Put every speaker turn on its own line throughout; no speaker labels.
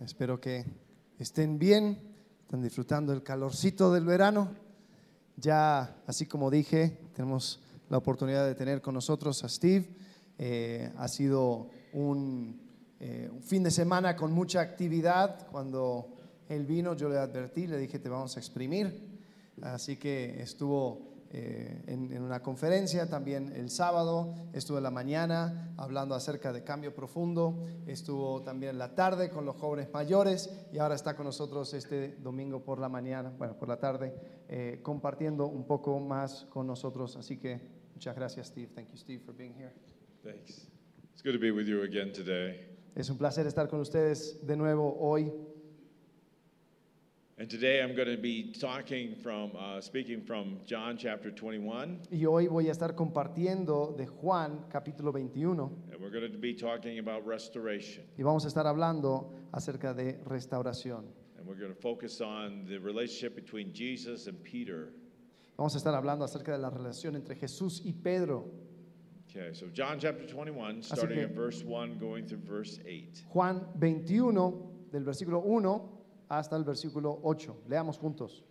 Espero que estén bien, están disfrutando el calorcito del verano. Ya, así como dije, tenemos la oportunidad de tener con nosotros a Steve. Eh, ha sido un, eh, un fin de semana con mucha actividad. Cuando él vino, yo le advertí, le dije, te vamos a exprimir. Así que estuvo eh, en, en una conferencia también el sábado, estuvo en la mañana hablando acerca de cambio profundo, estuvo también en la tarde con los jóvenes mayores y ahora está con nosotros este domingo por la mañana, bueno, por la tarde, eh, compartiendo un poco más con nosotros. Así que muchas gracias, Steve. Thank you, Steve, for being here.
Thanks. It's good to be with you again today.
Es un placer estar con ustedes de nuevo hoy.
And today I'm going to be talking from, uh, speaking from John chapter 21,
Y hoy voy a estar compartiendo de Juan capítulo 21
and we're going to be talking about restoration.
y vamos a estar hablando acerca de restauración.
And we're going to focus on the relationship between Jesus and Peter.
Vamos a estar hablando acerca de la relación entre Jesús y Pedro.
Okay, so John chapter 21, starting at verse 1, going through verse 8.
Juan 21, del versículo 1 hasta el versículo 8. Leamos juntos.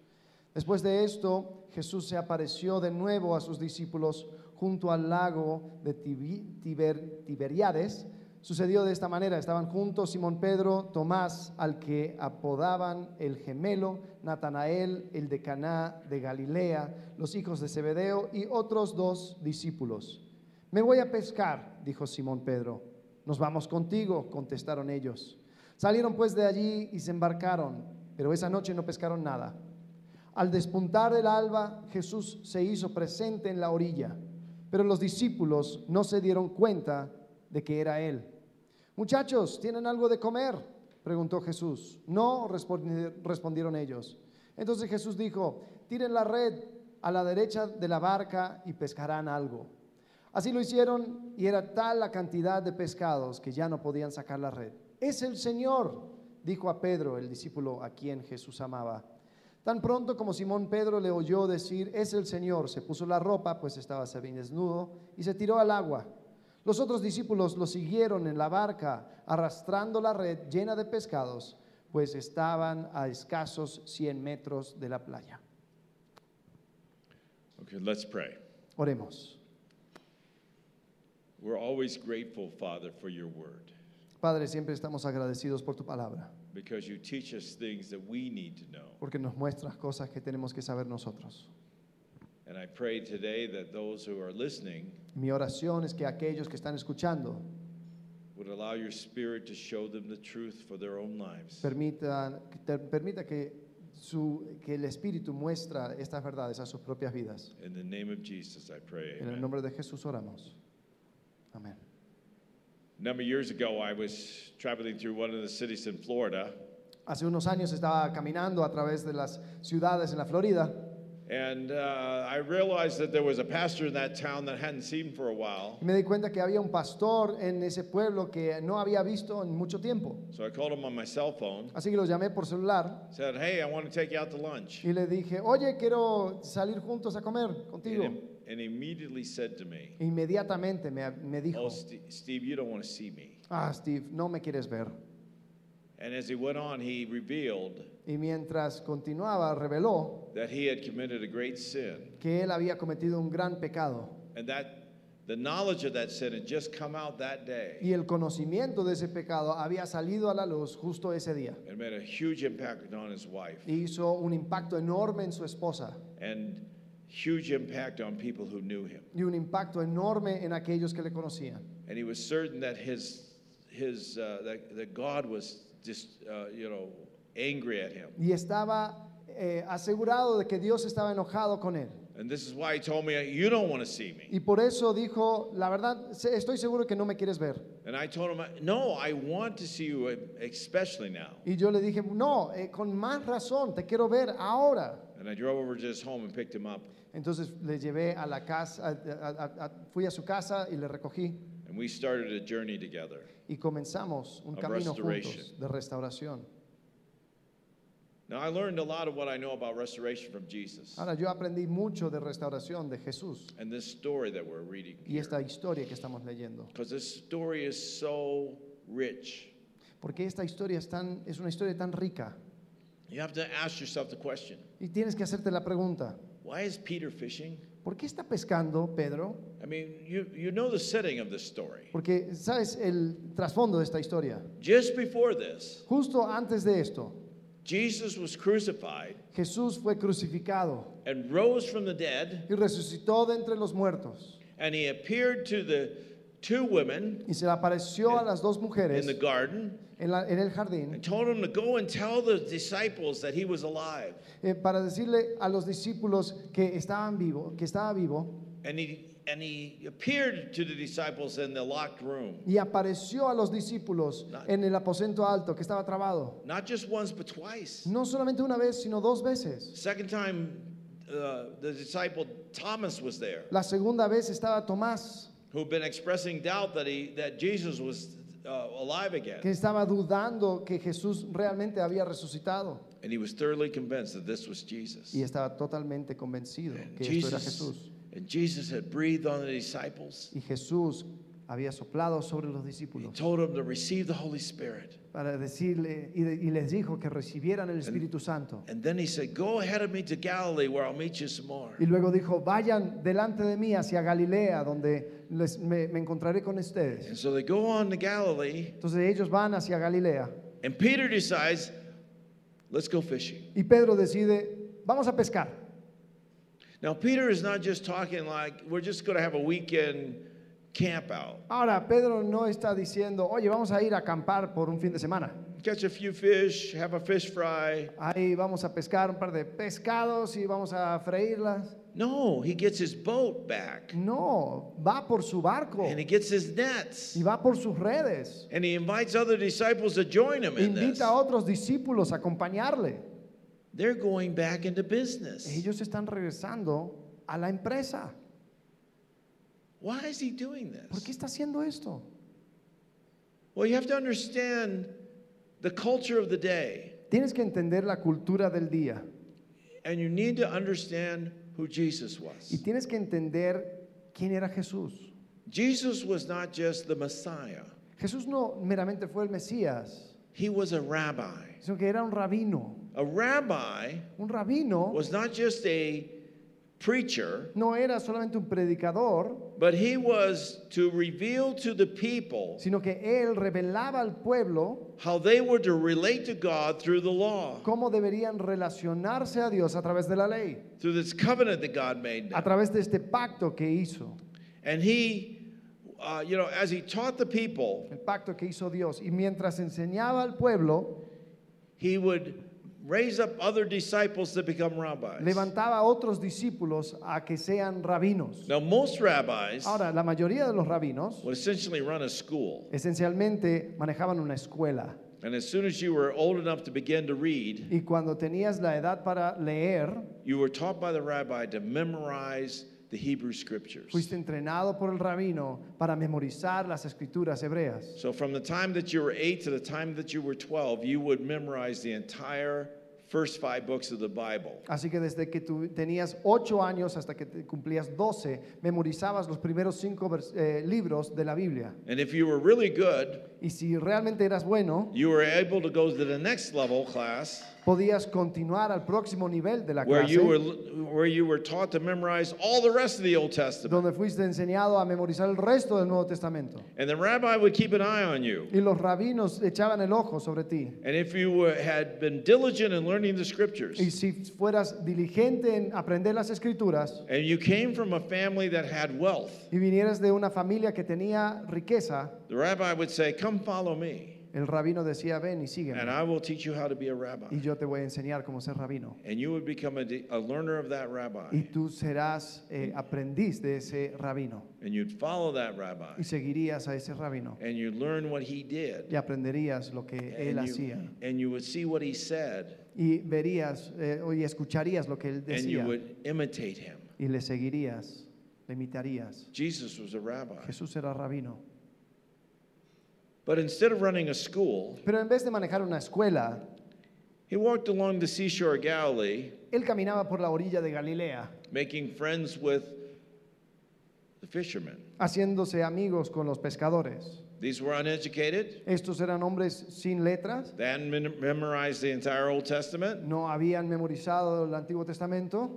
Después de esto, Jesús se apareció de nuevo a sus discípulos junto al lago de Tibi- Tiber- Tiberiades. Sucedió de esta manera. Estaban juntos Simón Pedro, Tomás, al que apodaban el gemelo, Natanael, el de Caná de Galilea, los hijos de Zebedeo y otros dos discípulos. Me voy a pescar, dijo Simón Pedro. Nos vamos contigo, contestaron ellos. Salieron pues de allí y se embarcaron, pero esa noche no pescaron nada. Al despuntar el alba, Jesús se hizo presente en la orilla, pero los discípulos no se dieron cuenta de que era Él. Muchachos, ¿tienen algo de comer? preguntó Jesús. No, respondi- respondieron ellos. Entonces Jesús dijo, tiren la red a la derecha de la barca y pescarán algo. Así lo hicieron y era tal la cantidad de pescados que ya no podían sacar la red. Es el Señor, dijo a Pedro, el discípulo a quien Jesús amaba. Tan pronto como Simón Pedro le oyó decir, es el Señor, se puso la ropa, pues estaba semidesnudo, y se tiró al agua. Los otros discípulos lo siguieron en la barca, arrastrando la red llena de pescados, pues estaban a escasos 100 metros de la playa.
Okay, let's pray.
Oremos.
We're always grateful, Father, for your word,
Padre, siempre estamos agradecidos por tu palabra.
because you teach us things that we need to know.
porque nos muestras cosas que tenemos que saber nosotros.
And I pray today that those who are listening
Mi oración es que aquellos que están escuchando
would allow your spirit to show them the truth for their own lives.
permitan, que te- permita que, su, que el Espíritu muestra estas verdades a sus propias vidas.
In the name of Jesus, I pray.
En el
amen.
nombre de Jesús oramos. Amén.
A number of years ago, I was traveling through one of the cities in Florida,
Hace unos años estaba caminando a través de las ciudades en la Florida
and uh, I realized that there was a pastor in that town that I hadn't seen for a while.
y me di cuenta que había un pastor en ese pueblo que no había visto en mucho tiempo.
So I called him on my cell phone,
Así que lo llamé por celular
said, Hey, I want to take you out to lunch.
y le dije, oye, quiero salir juntos a comer
And,
contigo.
im- and he immediately said to me,
Inmediatamente me, me dijo,
Oh, Ste- Steve, you don't want to see me.
Ah, Steve, no me quieres ver.
And as he went on, he revealed
Y mientras continuaba, reveló
that he had committed a great sin.
que él había cometido un gran pecado.
And that the knowledge of that sin had just come out that day
Y el conocimiento de ese pecado había salido a la luz justo ese día.
and made a huge impact on his wife
Y hizo un impacto enorme en su esposa
and huge impact on people who knew him.
y un impacto enorme en aquellos que le conocían.
And he was certain that his his uh, that, that God was just uh, you know angry at him.
Y estaba eh, asegurado de que Dios estaba enojado con él.
And this is why he told me, "You don't want to see me."
Y por eso dijo, la verdad, se- estoy seguro que no me quieres ver.
And I told him, "No, I want to see you, especially now."
Y yo le dije, no, eh, con más razón, te quiero ver ahora.
And I drove over to his home and picked him up,
Entonces le llevé a la casa, a- a- a- a- fui a su casa y le recogí
and we started a journey together.
y comenzamos un
Of
camino juntos
restoration.
de restauración.
Now I learned a lot of what I know about restoration from Jesus
Ahora yo aprendí mucho de restauración de Jesús
and this story that we're reading
y esta
here,
historia que estamos leyendo,
because this story is so rich.
Porque esta historia es, tan, es una historia tan rica.
You have to ask yourself the question
Y tienes que hacerte la pregunta,
why is Peter fishing?
¿por qué está pescando Pedro?
I mean, you, you know the setting of this story.
Porque sabes el trasfondo de esta historia.
Just before this,
Justo antes de esto,
Jesus was crucified
Jesús fue crucificado
and rose from the dead,
y resucitó de entre los muertos
and he appeared to the two women
y se le apareció a las dos
in
mujeres
the garden
en, la- en el jardín
and told them to go and tell the disciples that he was alive.
eh, para decirle a los discípulos que estaban vivo, que estaba vivo
And he, and he appeared to the disciples in the locked room,
y apareció a los discípulos en el aposento alto que estaba trabado.
not just once, but twice.
No solamente una vez, sino dos veces.
Second time, uh, the disciple Thomas was there,
La segunda vez estaba Tomás,
who had been expressing doubt that, he, that Jesus was uh, alive again.
que estaba dudando que Jesús realmente había resucitado
And he was thoroughly convinced that this was Jesus.
y estaba totalmente convencido que esto era
Jesus
Jesús.
and Jesus had breathed on the disciples.
Y Jesús había soplado sobre los
He
discípulos
told them to receive the Holy Spirit.
para decirle y, de- y les dijo que recibieran el Espíritu Santo.
And then he said, Go ahead of me to Galilee where I'll meet you some more.
Y luego dijo, vayan delante de mí hacia Galilea, donde les- me, me encontraré con ustedes.
And so they go on to Galilee,
Entonces ellos van hacia Galilea.
and Peter decides, Let's go fishing.
Y Pedro decide, vamos a pescar.
Now, Peter is not just talking like we're just going to have a weekend camp out,
Ahora, Pedro no está diciendo, oye, vamos a ir a acampar por un fin de semana.
catch a few fish, have a fish fry.
Ahí vamos a pescar un par de pescados y vamos a freírlas.
No, he gets his boat back,
No, va por su barco
and he gets his nets.
y va por sus redes.
And he invites other disciples to join him in this.
Invita a otros discípulos a acompañarle.
They're going back into business.
Ellos están regresando a la empresa.
Why is he doing
¿Por qué
this?
está haciendo esto?
Well, you have to understand the culture of the day,
Tienes que entender la cultura del día
and you need to understand who Jesus
y
was.
tienes que entender quién era Jesús.
Jesus was not just the Messiah,
Jesús no meramente fue el Mesías,
he was a rabbi.
sino que era un rabino.
A rabbi
Un rabino
was not just a preacher,
no era solamente un predicador,
but he was to reveal to the people
sino que él revelaba al pueblo
how they were to relate to God through the law,
cómo deberían relacionarse a Dios a través de la ley,
through this covenant that God made.
a
them.
través de este pacto que hizo,
And he, uh, you know, as he taught the people,
el pacto que hizo Dios. Y mientras enseñaba al pueblo,
he would raise up other disciples to become rabbis.
levantaba a otros discípulos a que sean rabinos.
Now, most rabbis
Ahora, la mayoría de los rabinos
would essentially run a school.
esencialmente manejaban una escuela
And as soon as you were old enough to begin to read,
y cuando tenías la edad para leer,
you were taught by the rabbi to memorize the Hebrew scriptures.
fuiste entrenado por el rabino para memorizar las escrituras hebreas.
So, from the time that you were eight to the time that you were 12, you would memorize the entire first five books of the Bible.
Así que desde que tú tenías 8 años hasta que te cumplías 12, memorizabas los primeros 5 libros de la Biblia.
And if you were really good,
Y si realmente eras bueno,
you were able to go to the next level class
podías continuar al próximo nivel de la
where you were
clase,
where you were taught to memorize all the rest of the Old Testament.
donde fuiste enseñado a memorizar el resto del Nuevo Testamento.
And the rabbi would keep an eye on you.
Y los rabinos echaban el ojo sobre ti.
And if you were, had been diligent in learning the
Y
scriptures,
si fueras diligente en aprender las escrituras
and you came from a family that had wealth,
y vinieras de una familia que tenía riqueza,
the rabbi would say, "Come follow me,
el rabino decía, ven y
and
sígueme.
I will teach you how to be a rabbi."
Y yo te voy a enseñar cómo ser rabino.
And you would become a, di- a learner of that rabbi,
Y tú serás eh, aprendiz de ese rabino.
and you'd follow that rabbi,
Y seguirías a ese rabino.
and you'd learn what he did,
Y aprenderías lo que él
and you,
hacía.
and you would see what he said,
Y verías eh, y escucharías lo que él
and you
decía.
would imitate him.
Y le seguirías, le imitarías.
Jesus was a rabbi.
Jesús era rabino.
But instead of running a school,
Pero en vez de manejar una escuela,
he walked along the seashore of Galilee,
él caminaba por la orilla de Galilea.
making friends with the fishermen,
haciéndose amigos con los pescadores,
the These were uneducated.
Estos eran hombres sin letras,
They hadn't mem- memorized the entire Old Testament.
no habían memorizado el Antiguo Testamento,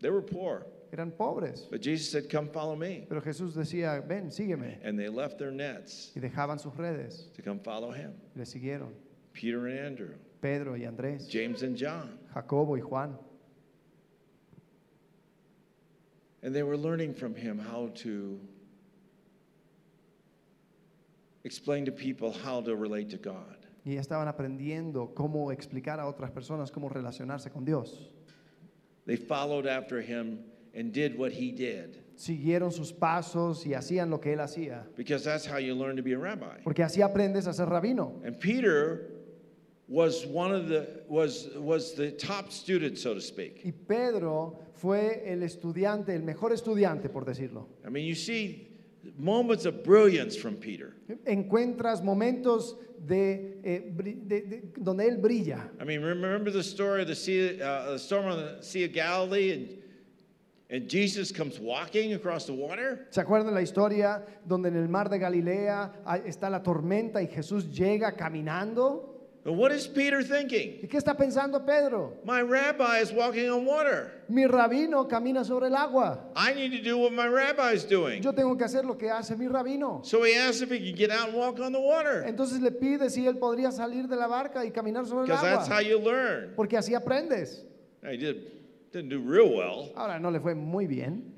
They were poor.
eran pobres.
But Jesus said, Come follow me.
Pero Jesús decía, ven, sígueme.
And they left their nets
Y dejaban sus redes,
to come follow him.
le siguieron.
Peter and Andrew,
Pedro y Andrés,
James and John.
Jacobo y Juan.
And they were learning from him how to explain to people how to relate to God.
Y ya estaban aprendiendo cómo explicar a otras personas cómo relacionarse con Dios.
They followed after him and did what he did
Siguieron sus pasos y hacían lo que él hacía.
because that's how you learn to be a rabbi.
Porque así aprendes a ser rabino.
And Peter was one of the was was the top student so to speak.
Y Pedro fue el estudiante, el mejor estudiante, por decirlo.
I mean, you see moments of brilliance from Peter.
Encuentras momentos de, eh, bri- de- de- donde él brilla.
I mean, remember the story of the sea, uh, the storm on the Sea of Galilee, and and Jesus comes walking across the water.
¿Se acuerdan la historia donde en el mar de Galilea ah, está la tormenta y Jesús llega caminando?
And what is Peter thinking?
¿Y qué está pensando Pedro?
My rabbi is walking on water.
Mi rabino camina sobre el agua.
I need to do what my rabbi is doing.
Yo tengo que hacer lo que hace mi rabino.
So he asks if he can get out and walk on the water
Entonces le pide si él podría salir de la barca y caminar sobre el
because that's how
agua.
you learn.
Porque así aprendes.
Now, he did, didn't do real well.
Ahora no le fue muy bien.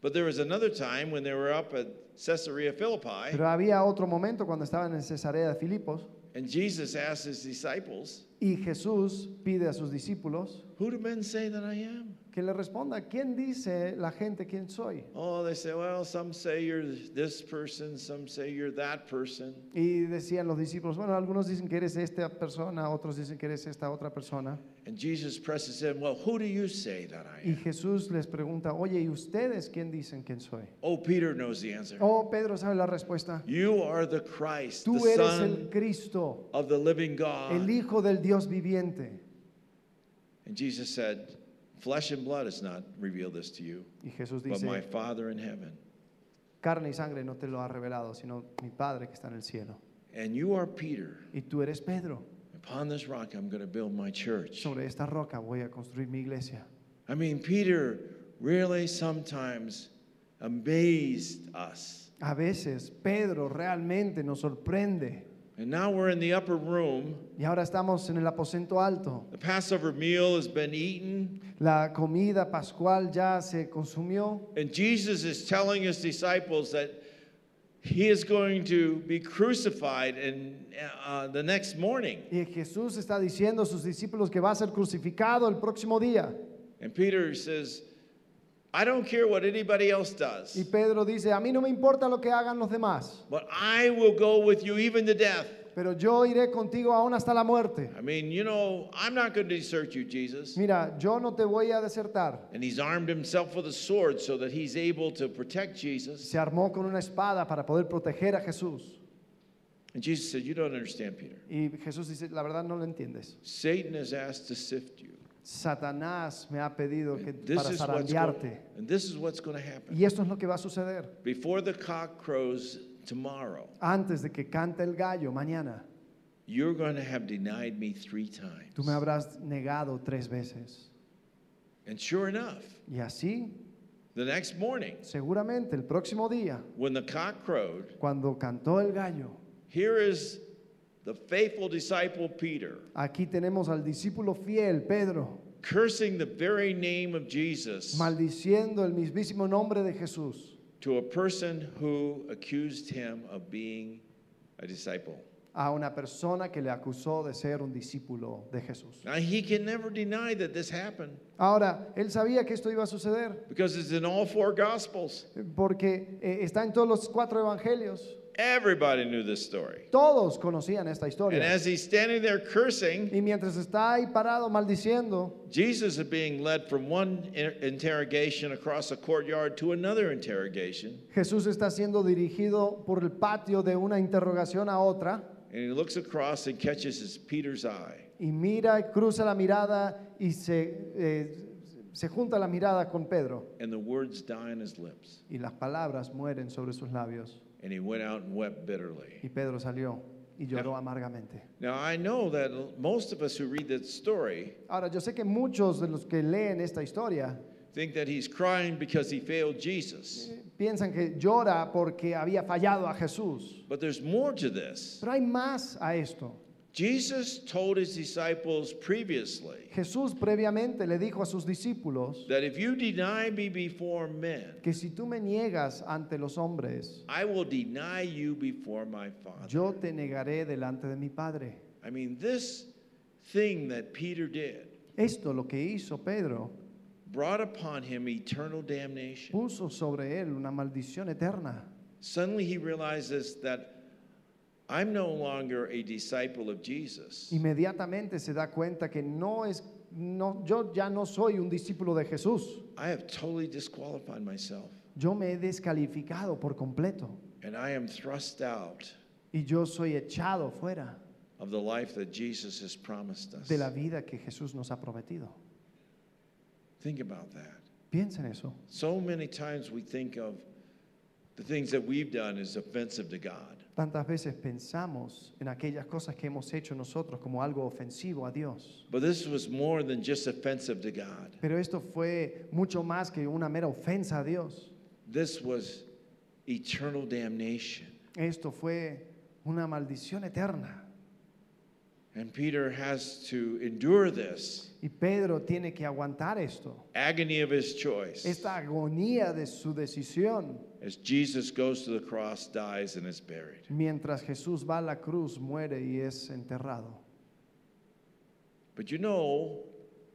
But there was another time when they were up at Caesarea Philippi,
Pero había otro momento cuando estaban en Cesarea de Filipos
and Jesus asked his disciples,
y Jesús pide a sus discípulos
Who do men say that I am?
que le responda, ¿quién dice la gente quién soy?
Oh, they say, Well, some say you're this person, some say you're that person.
Y decían los discípulos, bueno, algunos dicen que eres esta persona, otros dicen que eres esta otra persona.
And Jesus presses in, Well, who do you say that I
Y
am?
Jesús les pregunta, oye, ¿y ustedes quién dicen quién soy?
Oh, Peter knows the answer.
Oh, Pedro sabe la respuesta.
You are the Christ, the
Tú eres el
Son
Cristo,
of the living
el
God.
Hijo del Dios viviente.
And Jesus said, Flesh and blood has not revealed this to you,
Y Jesús
but my
dice,
Father in heaven.
carne y sangre no te lo ha revelado, sino mi Padre que está en el cielo.
And you are Peter.
Y tú eres Pedro.
Upon this rock, I'm going to build my church.
Sobre esta roca voy a construir mi iglesia.
I mean, Peter really sometimes amazed us.
A veces Pedro realmente nos sorprende.
And now we're in the upper room.
Y ahora estamos en el aposento alto.
The Passover meal has been eaten,
La comida pascual ya se consumió
and Jesus is telling his disciples that he is going to be crucified and uh, the next morning.
y Jesús está diciendo a sus discípulos que va a ser crucificado el próximo día.
And Peter says, I don't care what anybody else
Y
does,
Pedro dice, a mí no me importa lo que hagan los demás,
but I will go with you even to death.
pero yo iré contigo aún hasta la muerte.
I mean, you know, I'm not going to desert you, Jesus.
Mira, yo no te voy a desertar.
And he's armed himself with a sword so that he's able to protect Jesus.
Se armó con una espada para poder proteger a Jesús.
And Jesus said, You don't understand, Peter.
Y Jesús dice, la verdad no lo entiendes.
Satan has asked to sift you.
Satanás me ha pedido que
And this,
para
is what's going,
zarandearte.
and this is what's going to happen.
Y esto es lo que va a suceder
Before the cock crows tomorrow,
antes de que cante el gallo mañana.
you're going to have denied me three times.
Tú me habrás negado tres veces.
And sure enough,
Y así,
the next morning,
seguramente el próximo día,
when the cock crowed,
cuando cantó el gallo,
here is the faithful disciple Peter
aquí tenemos al discípulo fiel, Pedro,
cursing the very name of Jesus
maldiciendo el mismísimo nombre de Jesús
to a person who accused him of being a disciple.
a una persona que le acusó de ser un discípulo de Jesús.
Now, he can never deny that this happened
Ahora, él sabía que esto iba a suceder
because it's in all four gospels.
porque eh, está en todos los cuatro evangelios.
Everybody knew this story.
Todos conocían esta
And
historia.
as he's standing there cursing,
Y mientras está ahí parado maldiciendo,
Jesus is being led from one in- interrogation across a courtyard to another interrogation.
Jesús está siendo dirigido por el patio de una interrogación a otra.
And he looks across and catches his Peter's eye.
Y mira, y cruza la mirada y se, eh, se junta la mirada con Pedro.
And the words die on his lips.
Y las palabras mueren sobre sus labios.
and he went out and wept bitterly.
Y Pedro salió y lloró amargamente.
Now, I know that l- most of us who read that story
Ahora, yo sé que muchos de los que leen esta historia
think that he's crying because he failed Jesus.
piensan que llora porque había fallado a Jesús.
But there's more to this.
Pero hay más a esto.
Jesus told his disciples previously
Jesús previamente le dijo a sus discípulos
that if you deny me before men,
que si tú me niegas ante los hombres,
I will deny you before my Father.
yo te negaré delante de mi Padre.
I mean, this thing that Peter did
Esto lo que hizo Pedro
brought upon him eternal damnation.
puso sobre él una maldición eterna.
Suddenly he realizes that I'm no longer a disciple of Jesus.
Inmediatamente se da cuenta que no es no yo ya no soy un discípulo de Jesús.
I have totally disqualified myself,
Yo me he descalificado por completo
and I am thrust out
y yo soy echado fuera
of the life that Jesus has promised us.
de la vida que Jesús nos ha prometido.
Think about that.
Piensa en eso.
So many times we think of the things that we've done as offensive to God.
Tantas veces pensamos en aquellas cosas que hemos hecho nosotros como algo ofensivo a Dios.
But this was more than just offensive to God.
Pero esto fue mucho más que una mera ofensa a Dios.
This was eternal damnation.
Esto fue una maldición eterna.
And Peter has to endure this
Y Pedro tiene que aguantar esto.
agony of his choice
Esta agonía de su decisión
as Jesus goes to the cross, dies, and is buried.
mientras Jesús va a la cruz, muere y es enterrado.
But you know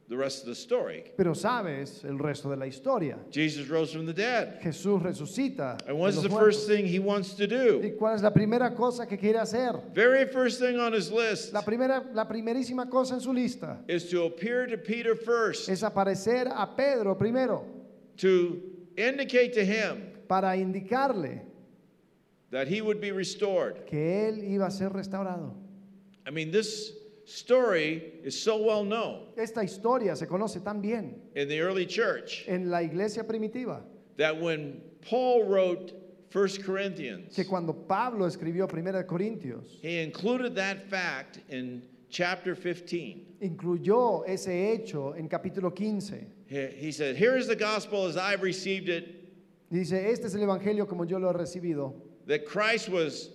the rest of the story.
Pero sabes el resto de la historia.
Jesus rose from the dead.
Jesús resucita. de
And what's
los
the
muertos.
first thing he wants to
¿Y
do?
cuál es la primera cosa que quiere hacer?
Very first thing on his list
La primera, la primerísima cosa en su lista
is to appear to Peter first,
es aparecer a Pedro primero
to indicate to him
para indicarle
that he would be restored.
que él iba a ser restaurado.
I mean, this story is so well known
Esta historia se conoce tan bien
in the early church.
en la iglesia primitiva
that when Paul wrote 1 Corinthians,
que cuando Pablo escribió 1 Corintios,
he included that fact in chapter 15.
incluyó ese hecho en capítulo 15.
He, he said, Here is the gospel as I've received it
Dice, este es el Evangelio como yo lo he recibido,
that Christ was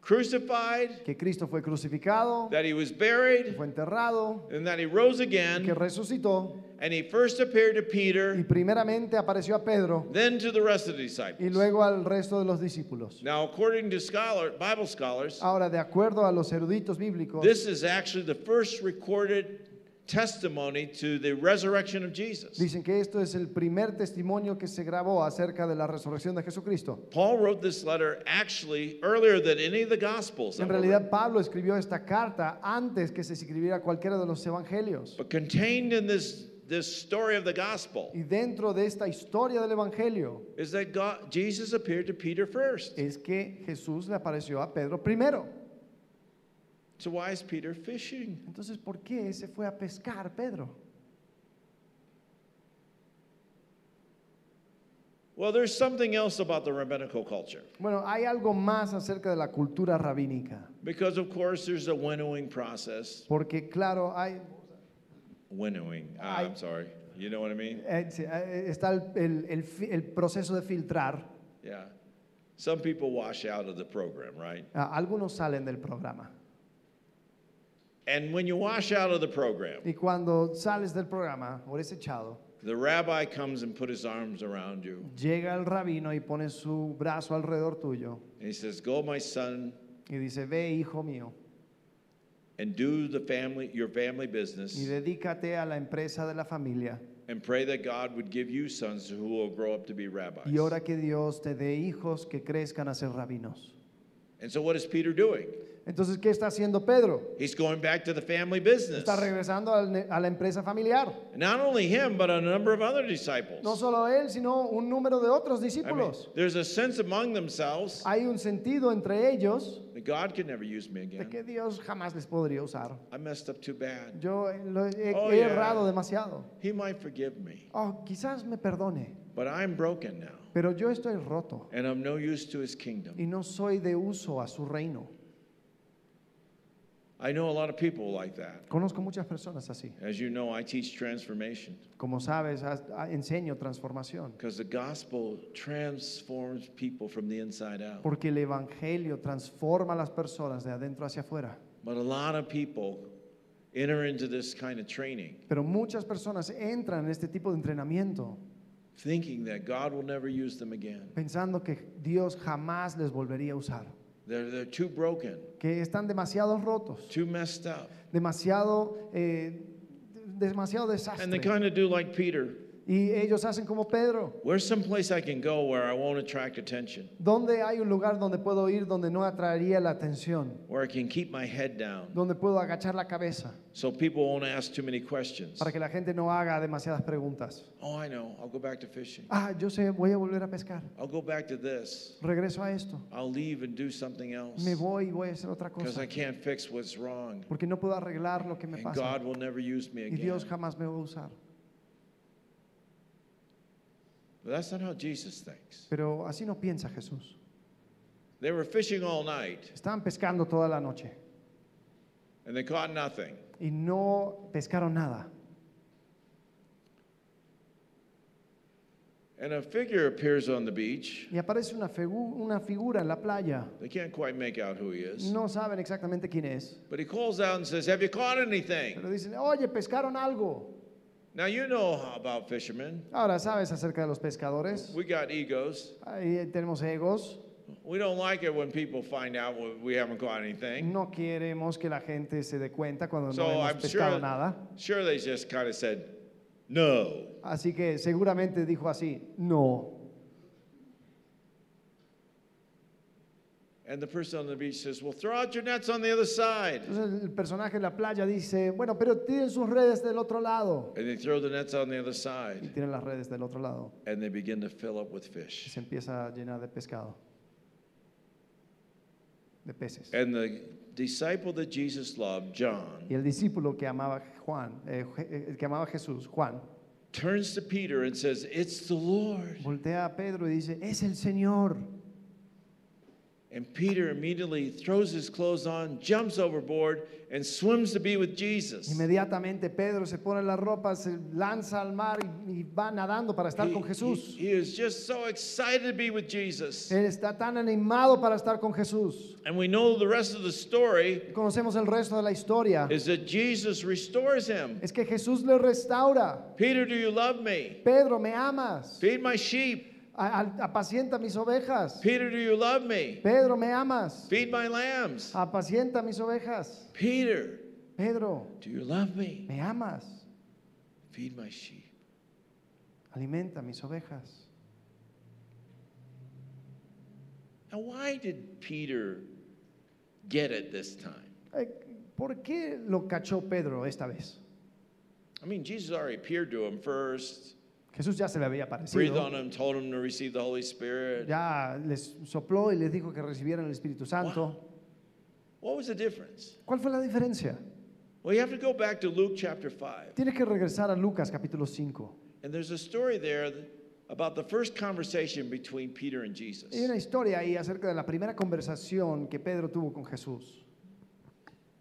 crucified,
que Cristo fue crucificado,
that he was buried,
fue enterrado,
and that he rose
que
again.
resucitó
And he first appeared to
y
Peter,
primeramente apareció a Pedro
then to the rest of the
y
disciples.
luego al resto de los discípulos.
Now, according to scholar, Bible scholars,
Ahora, de acuerdo a los eruditos bíblicos,
this is actually the first recorded testimony to the resurrection of Jesus.
dicen que esto es el primer testimonio que se grabó acerca de la resurrección de Jesucristo.
Paul wrote this letter actually earlier than any of the Gospels.
En
that were
realidad,
written.
Pablo escribió esta carta antes que se escribiera cualquiera de los evangelios.
But contained in this, this story of the Gospel
Y dentro de esta historia del evangelio
is that God, Jesus appeared to Peter first.
es que Jesús le apareció a Pedro primero.
So why is Peter fishing?
Entonces, ¿por qué se fue a pescar Pedro?
Well, there's something else about the rabbinical culture.
Bueno, hay algo más acerca de la cultura rabínica,
Because, of course, there's a winnowing process.
porque claro, hay,
Winnowing, ah,
I-
I'm sorry. You know what I mean?
eh, sí, eh, está el, el- el fi- el proceso de filtrar.
Yeah. Some people wash out of the program, right?
Ah, Algunos salen del programa.
And when you wash out of the program,
Y cuando sales del programa o eres echado,
the rabbi comes and put his arms around you.
llega el rabino y pone su brazo alrededor tuyo
And he says, Go, my son,
y dice, ve hijo mío
and do the family your
y
family business
dedícate a la empresa de la familia
and pray that God would give you sons who will grow up to be rabbis.
y ora que Dios te dé hijos que crezcan a ser rabinos.
And so what is Peter doing?
Entonces, ¿qué está haciendo Pedro?
He's going back to the family business.
Está regresando al ne- a la empresa familiar.
Not only him, but a number of other disciples.
No solo él, sino un número de otros
I mean,
discípulos. Ah.
there's a sense among themselves
Hay un sentido entre ellos
that God could never use me
de
again.
que Dios jamás les podría usar.
I messed up too bad.
Yo eh, lo he,
Oh,
he
yeah.
errado demasiado.
He might forgive me,
Oh, quizás me perdone,
but I'm broken now.
Pero yo estoy roto
and I'm no use to his kingdom.
y no soy de uso a su reino.
I know a lot of people like that.
Conozco muchas personas así.
As you know, I teach transformation
Como sabes, has- ah, enseño transformación.
because the gospel transforms people from the inside out.
Porque el Evangelio transforma a las personas de adentro hacia afuera.
But a lot of people enter into this kind of training
Pero muchas personas entran en este tipo de entrenamiento
thinking that God will never use them again.
pensando que Dios jamás les volvería a usar.
They're, they're too broken,
Que están demasiado rotos,
too messed up.
demasiado, eh, demasiado
And they
desastre.
kind of do like Peter.
Y ellos hacen como Pedro.
Where's some place I can go where I won't attract attention,
¿Dónde hay un lugar donde puedo ir donde no atraería la atención?
where I can keep my head down
Donde puedo agachar la cabeza
so people won't ask too many questions?
para que la gente no haga demasiadas preguntas.
Oh, I know. I'll go back to fishing.
Ah, yo sé, voy a volver a pescar.
I'll go back to this.
Regreso a esto.
I'll leave and do something else
Me voy y voy a hacer otra
because
cosa.
I can't fix what's wrong.
Porque no puedo arreglar lo que me
And
pasa.
God will never use me
Y
again.
Dios jamás me va a usar.
But that's not how Jesus thinks.
Pero así no piensa Jesús.
They were fishing all night
Estaban pescando toda la noche
and they caught nothing.
y no pescaron nada.
And a figure appears on the beach.
Y aparece una, figu- una figura en la playa.
They can't quite make out who he is.
No saben exactamente quién es.
But he calls out and says, Have you caught anything?
Pero dicen, oye, pescaron algo.
Now, you know how about fishermen.
Ahora sabes acerca de los pescadores.
We got egos.
Ahí tenemos egos.
We don't like it when people find out we- we haven't caught anything.
No queremos que la gente se dé cuenta cuando no
So,
hemos
I'm
pescado
sure-
nada.
Sure, they just kind of said, No.
Así que seguramente dijo así, no.
And the person on the beach says, Well, throw out your nets on the other side.
Entonces el personaje en la playa dice, bueno, pero tienen sus redes del otro lado.
And they throw the nets on the other
Y
side.
tienen las redes del otro lado.
And they begin to fill up with
Y
fish.
se empieza a llenar de pescado. De peces.
And the disciple that Jesus loved, John,
Y el discípulo que amaba Juan, eh, Je- eh, que amaba Jesús, Juan,
turns to Peter and says, It's the Lord.
voltea a Pedro y dice, es el Señor.
And Peter immediately throws his clothes on, jumps overboard, and swims to be with Jesus.
Inmediatamente Pedro se pone la ropa, se lanza al mar y, y va nadando para estar
He-
con
He,
Jesús. Eh.
he is just so excited to be with Jesus.
Él está tan animado para estar con Jesús.
And we know the rest of the story
Y Conocemos el resto de la historia.
is that Jesus restores him.
Es que Jesús le restaura.
Peter, do you love me?
Pedro, me amas.
Feed my sheep.
A- a- apacienta mis ovejas.
Peter, do you love me?
Pedro, me amas.
Feed my lambs.
Apacienta mis ovejas.
Peter,
Pedro,
do you love me?
me amas.
Feed my sheep.
Alimenta mis ovejas.
Now, why did Peter get it this time?
Eh, ¿Por qué lo cachó Pedro esta vez?
I mean, Jesus already appeared to him first,
Jesús ya se le había
breathed
aparecido.
on him, told him to receive the Holy Spirit.
Ya les sopló y les dijo que recibieran el Espíritu Santo.
What was the difference?
¿Cuál fue la diferencia?
Well, you have to go back to Luke chapter 5.
Tienes que regresar a Lucas capítulo 5.
And there's a story there th- about the first conversation between Peter and Jesus.
Hay una historia ahí acerca de la primera conversación que Pedro tuvo con Jesús.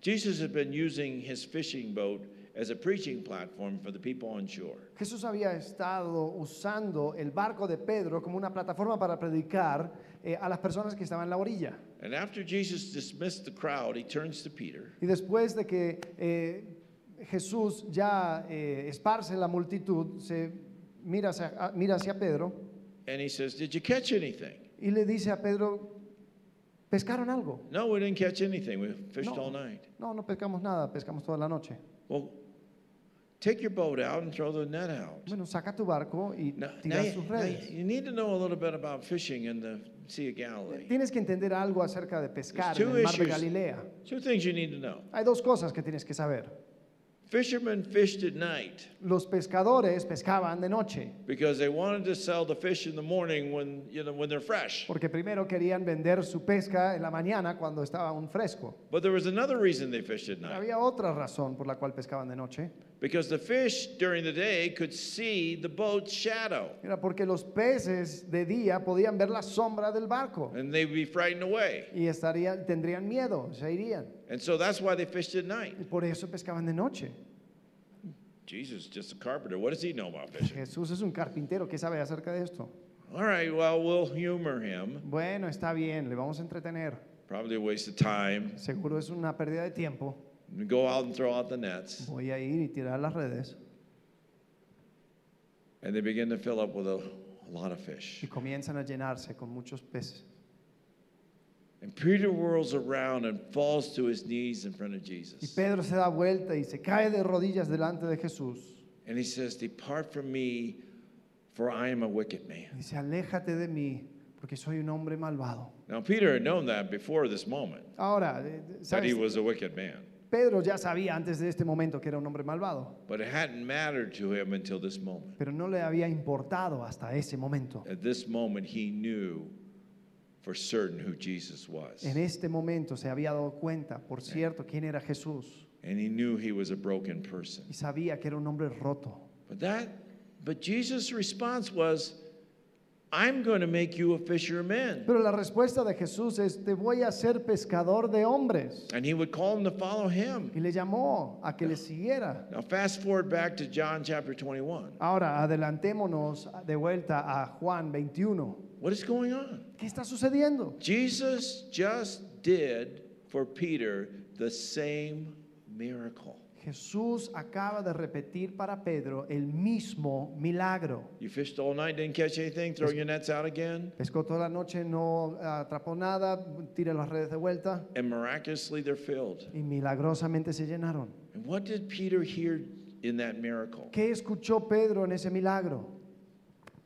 Jesus had been using his fishing boat as a preaching platform for the people on shore.
Jesús había estado usando el barco de Pedro como una plataforma para predicar eh, a las personas que estaban en la orilla.
And after Jesus dismissed the crowd, he turns to Peter
Y después de que eh, Jesús ya eh, esparce la multitud, se mira hacia, a- mira hacia Pedro
and he says, Did you catch anything?
y le dice a Pedro, ¿pescaron algo?
No, we didn't catch anything. We fished
No.
all night.
No, no pescamos nada, pescamos toda la noche.
Well, take your boat out and throw the net out.
Bueno, saca tu barco y
Now, now
tira
you,
sus
now
redes.
you need to know a little bit about fishing in the Sea of Galilee.
Tienes que entender algo acerca de pescar
There's
en
two
el mar de
issues.
Galilea.
Two things you need to know.
Hay dos cosas que tienes que saber.
Fishermen fished at night
Los pescadores pescaban de noche
because they wanted to sell the fish in the morning when, you know, when they're fresh.
porque primero querían vender su pesca en la mañana cuando estaba aún fresco.
But there was another reason they fished at night.
Había otra razón por la cual pescaban de noche.
because the fish during the day could see the boat's shadow
Era porque los peces de día podían ver la sombra del barco
and they'd be frightened away.
y estarían, tendrían miedo, se irían.
And so that's why they fished at night.
Y por eso pescaban de noche.
Jesus, just a carpenter. What does he know about fishing?
Jesús es un carpintero, ¿qué sabe acerca de esto?
All right, well, we'll humor him.
Bueno, está bien, le vamos a entretener.
Probably a waste of time.
Seguro es una pérdida de tiempo.
Go out and throw out the nets.
Voy a ir y tirar las redes.
And they begin to fill up with a, a lot of fish.
Y comienzan a llenarse con muchos peces.
And Peter whirls around and falls to his knees in front of
Y
Jesus.
Pedro se da vuelta y se cae de rodillas delante de Jesús.
And he says, Depart from me, for I am a wicked man.
Y dice, aléjate de mí, porque soy un hombre malvado.
Now, Peter had known that before this moment,
Ahora, eh, eh,
that he
¿sabes?
was a wicked man.
Pedro ya sabía antes de este momento que era un hombre malvado,
But it hadn't mattered to him until this moment.
pero no le había importado hasta ese momento.
At this moment, he knew for certain who Jesus was.
En este momento se había dado cuenta, por cierto, quién era Jesús
And he knew he was a broken person.
y sabía que era un hombre roto.
But that, but Jesus' response was, I'm going to make you a fisherman.
Pero la respuesta de Jesús es, te voy a hacer pescador de hombres.
And he would call him to follow him.
Y le llamó a que le siguiera.
Now, fast forward back to John chapter 21.
Ahora, adelantémonos de vuelta a Juan 21.
What is going on?
¿Qué está sucediendo?
Jesus just did for Peter the same miracle.
Jesús acaba de repetir para Pedro el mismo milagro.
You fished all night, didn't catch anything, throw your nets out again.
Pescó toda la noche, no atrapó nada, tira las redes de vuelta
And miraculously, they're filled.
y milagrosamente se llenaron.
And what did Peter hear in that miracle?
¿Qué escuchó Pedro en ese milagro?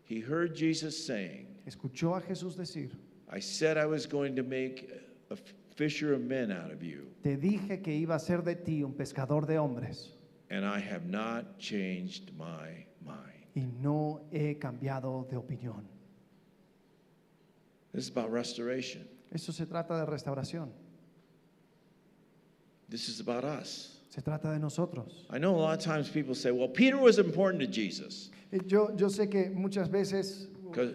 He heard Jesus saying,
Escuchó a Jesús decir,
I said I was going to make a fisher of men out of you,
te dije que iba a ser de ti un pescador de hombres
and I have not changed my mind.
y no he cambiado de opinión.
This is about restoration.
Eso se trata de restauración,
This is about us.
se trata de nosotros.
I know a lot of times people say, well, Peter was important to Jesus
Eh, Yo, yo sé que muchas veces,
because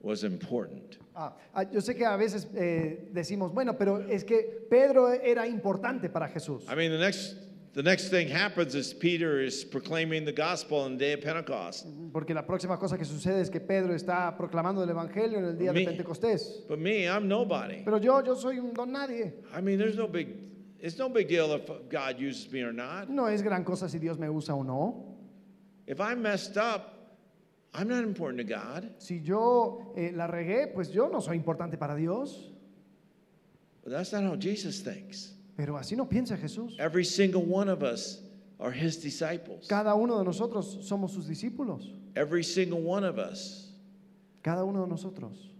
was important.
ah, ah, yo sé que a veces eh, decimos, bueno, pero es que Pedro era importante para Jesús.
I mean, the next the next thing happens is Peter is proclaiming the gospel on the day of Pentecost.
Porque la próxima cosa que sucede es que Pedro está proclamando el Evangelio en el día de
Mi-
Pentecostés.
But me, I'm nobody.
Pero yo, yo soy un don nadie.
I mean, there's no big it's no big deal if God uses me or not.
No es gran cosa si Dios me usa o no.
If I messed up, I'm not important to God.
Si yo eh, la regué, pues yo no soy importante para Dios.
But that's not how Jesus thinks.
Pero así no piensa Jesús.
Every single one of us are his disciples.
Cada uno de nosotros somos sus discípulos.
Every single one of us.
Cada uno de nosotros.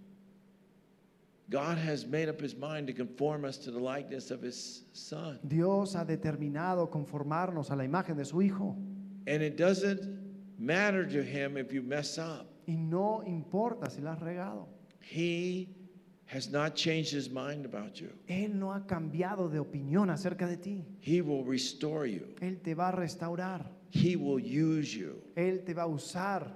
God has made up his mind to conform us to the likeness of his son.
Dios ha determinado conformarnos a la imagen de su Hijo.
And it doesn't matter to him if you mess up.
Y no importa si la has regado.
He has not changed his mind about you.
Él no ha cambiado de opinión acerca de ti.
He will restore you.
Él te va a restaurar.
He will use you
Él te va a usar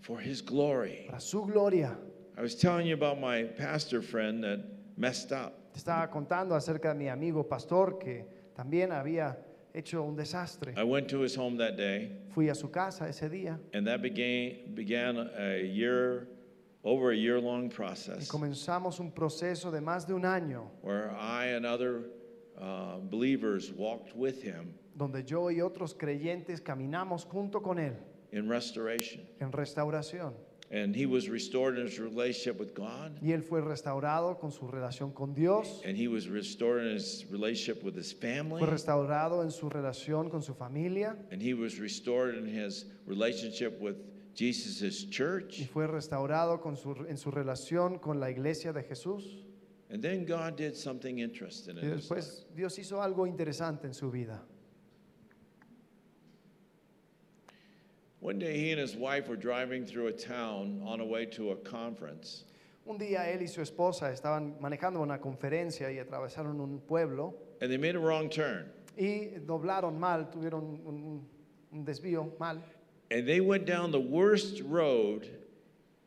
for his glory.
para su gloria.
I was telling you about my pastor friend that messed up.
Te estaba contando acerca de mi amigo pastor que también había hecho un desastre.
I went to his home that day,
Fui a su casa ese día
and that began began a year over a year long
y
process
comenzamos un proceso de más de un año
where I and other uh, believers walked with him
donde yo y otros creyentes caminamos junto con él
in restoration.
en restauración.
And he was restored in his relationship with God,
Y él fue restaurado con su relación con Dios,
and he was restored in his relationship with his family,
fue restaurado en su relación con su familia.
and he was restored in his relationship with Jesus'
y
church.
fue restaurado con su- en su relación con la iglesia de Jesús.
And then God did something interesting.
Y
In his life.
después Dios hizo algo interesante en su vida.
One day, he and his wife were driving through a town on the way to a conference.
Un día él y su esposa estaban manejando una conferencia y atravesaron un pueblo
and they made a wrong turn.
y doblaron mal, tuvieron un- un- un desvío mal,
And they went down the worst road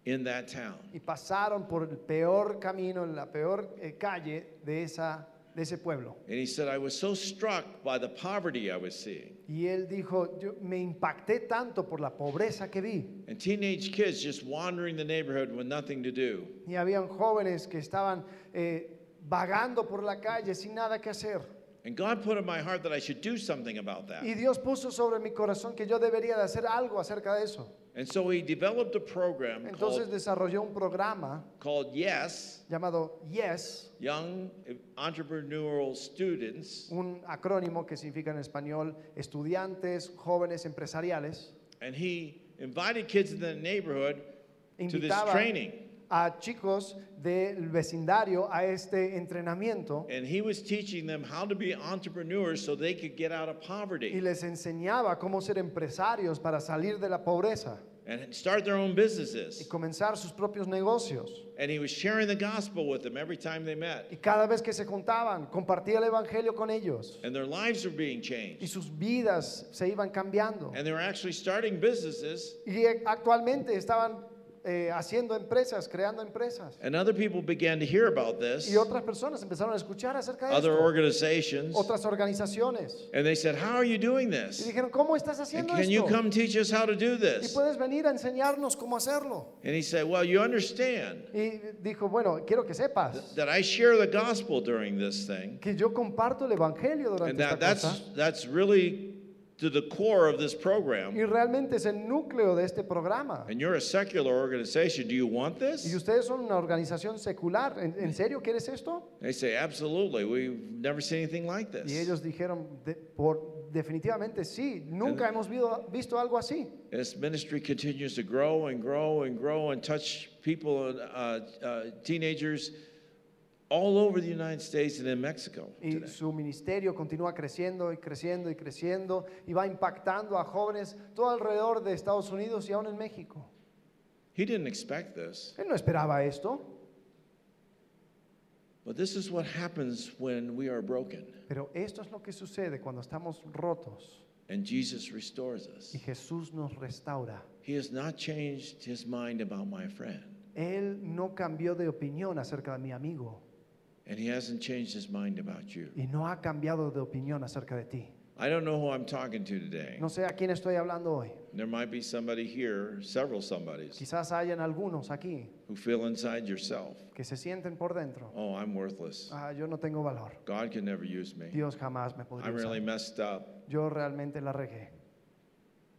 in that town.
y pasaron por el peor camino, la peor eh, calle de, esa, de ese pueblo.
And he said, I was so struck by the poverty I was seeing.
Y él dijo, yo me impacté tanto por la pobreza que vi.
And teenage kids just wandering the neighborhood with nothing to do.
Y habían jóvenes que estaban eh, vagando por la calle sin nada que hacer.
And God put in my heart that I should do something about that.
Y Dios puso sobre mi corazón que yo debería de hacer algo acerca de eso.
And so he developed a program
Entonces
called,
desarrolló un programa
called Yes,
llamado YES,
Young Entrepreneurial Students.
un acrónimo que significa en español estudiantes, jóvenes, empresariales.
And he invited kids in the neighborhood to this
Invitaba
training.
a chicos del vecindario a este entrenamiento
And he was teaching them how to be entrepreneurs so they could get out of
y
poverty
les enseñaba cómo ser empresarios para salir de la pobreza
and start their own
y
businesses.
comenzar sus propios negocios.
And he was sharing the gospel with them every time they met.
Y cada vez que se juntaban, compartía el Evangelio con ellos
And their lives were being
y
changed.
sus vidas se iban cambiando.
And they were actually starting businesses,
Y eh, actualmente estaban eh, haciendo empresas, creando empresas.
and other people began to hear about this,
Y otras personas empezaron a escuchar acerca de
other
esto.
organizations.
Otras organizaciones.
And they said, How are you doing
Y
this?
dijeron, ¿cómo estás
And
haciendo
can you
esto?
come teach us how to do
Y
this?
puedes venir a enseñarnos cómo hacerlo.
And he said, Well, you understand
Y dijo, bueno, quiero que sepas
that I share the gospel during this thing.
que yo comparto el Evangelio
And
durante
that,
esta
that's,
cosa.
that's really to the core of this program.
Y realmente es el núcleo de este programa.
and you're a secular organization, do you want
Y
this?
ustedes son una organización secular. ¿En, en serio quieres esto?
They say, absolutely, we've never seen anything like this.
Y ellos dijeron, "De- por, definitivamente sí, nunca hemos vido- visto algo así.
This ministry continues to grow and grow and grow and touch people, uh, uh, teenagers all over the United States and in Mexico
Y
today.
su ministerio continúa creciendo y creciendo y creciendo y va impactando a jóvenes todo alrededor de Estados Unidos y aún en México.
He didn't expect this,
Él no esperaba esto,
but this is what happens when we are broken
pero esto es lo que sucede cuando estamos rotos
and Jesus restores us.
y Jesús nos restaura.
He has not changed his mind about my friend,
Él no cambió de opinión acerca de mi amigo
and he hasn't changed his mind about you.
y no ha cambiado de opinión acerca de ti.
I don't know who I'm talking to today.
No sé a quién estoy hablando hoy.
There might be somebody here, several somebodies,
Quizás hayan algunos aquí
who feel inside yourself,
que se sienten por dentro.
oh, I'm worthless.
Ah, yo no tengo valor.
God can never use me.
Dios jamás me podría
I'm really
usar.
messed up.
Yo realmente la regué.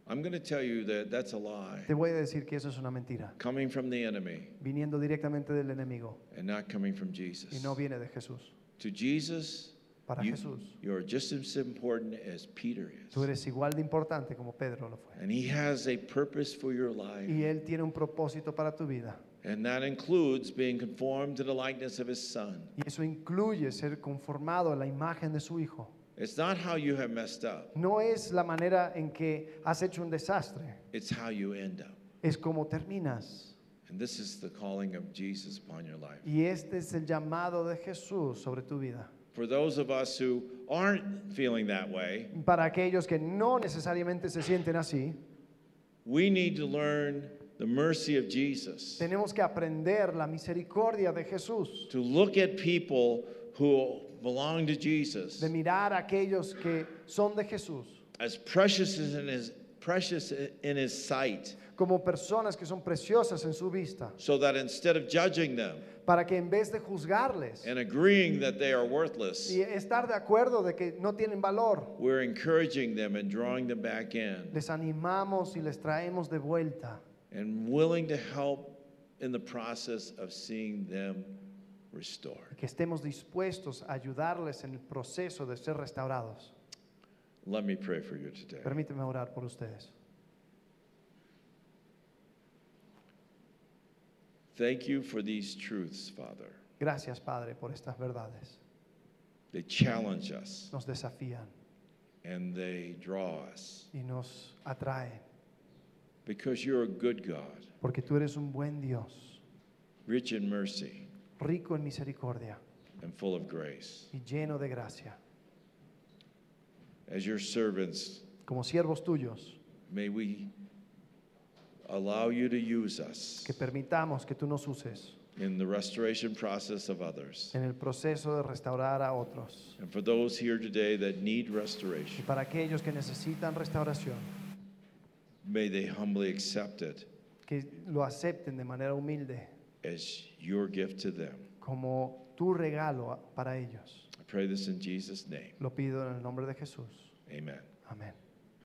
I'm going to tell you that that's a lie
Te voy a decir que eso es una mentira,
coming from the enemy
viniendo directamente del enemigo
and not coming from
y
Jesus.
no viene de Jesús.
To Jesus,
Para
you,
Jesús,
you're just as important as Peter
tú
is.
eres igual de importante como Pedro lo fue.
And he has a purpose for your life,
Y Él tiene un propósito para tu vida.
and that includes being conformed to the likeness of his son.
Y eso incluye ser conformado a la imagen de su Hijo.
It's not how you have messed up,
No es la manera en que has hecho un desastre,
it's how you end up.
es como terminas.
And this is the calling of Jesus upon your life.
Y este es el llamado de Jesús sobre tu vida.
For those of us who aren't feeling that way,
Para aquellos que no necesariamente se sienten así,
we need to learn the mercy of Jesus,
tenemos que aprender la misericordia de Jesús.
to look at people who belong to Jesus
de mirar a aquellos que son de Jesús
as precious as in his precious in his sight,
como personas que son preciosas en su vista,
so that instead of judging them
para que en vez de juzgarles
and agreeing that they are worthless,
y estar de acuerdo de que no tienen valor,
we're encouraging them and drawing them back in
les animamos y les traemos de vuelta
and willing to help in the process of seeing them restored.
que estemos dispuestos a ayudarles en el proceso de ser restaurados.
Let me pray for you today.
Permíteme orar por ustedes.
Thank you for these truths, Father.
Gracias, Padre, por estas verdades.
They challenge us
Nos desafían
and they draw us
y nos atraen,
because you're a good God,
porque tú eres un buen Dios,
rich in mercy
rico en misericordia
and full of grace.
y lleno de gracia.
As your servants,
como siervos tuyos,
May we allow you to use us
que permitamos que tú nos uses
in the restoration process of others.
en el proceso de restaurar a otros.
And for those here today that need
Y
restoration,
para aquellos que necesitan restauración,
may they humbly accept it
que lo acepten de manera humilde
as your gift to them.
como tu regalo a- para ellos.
I pray this in Jesus' name.
Lo pido en el nombre de Jesús.
Amen.
Amén.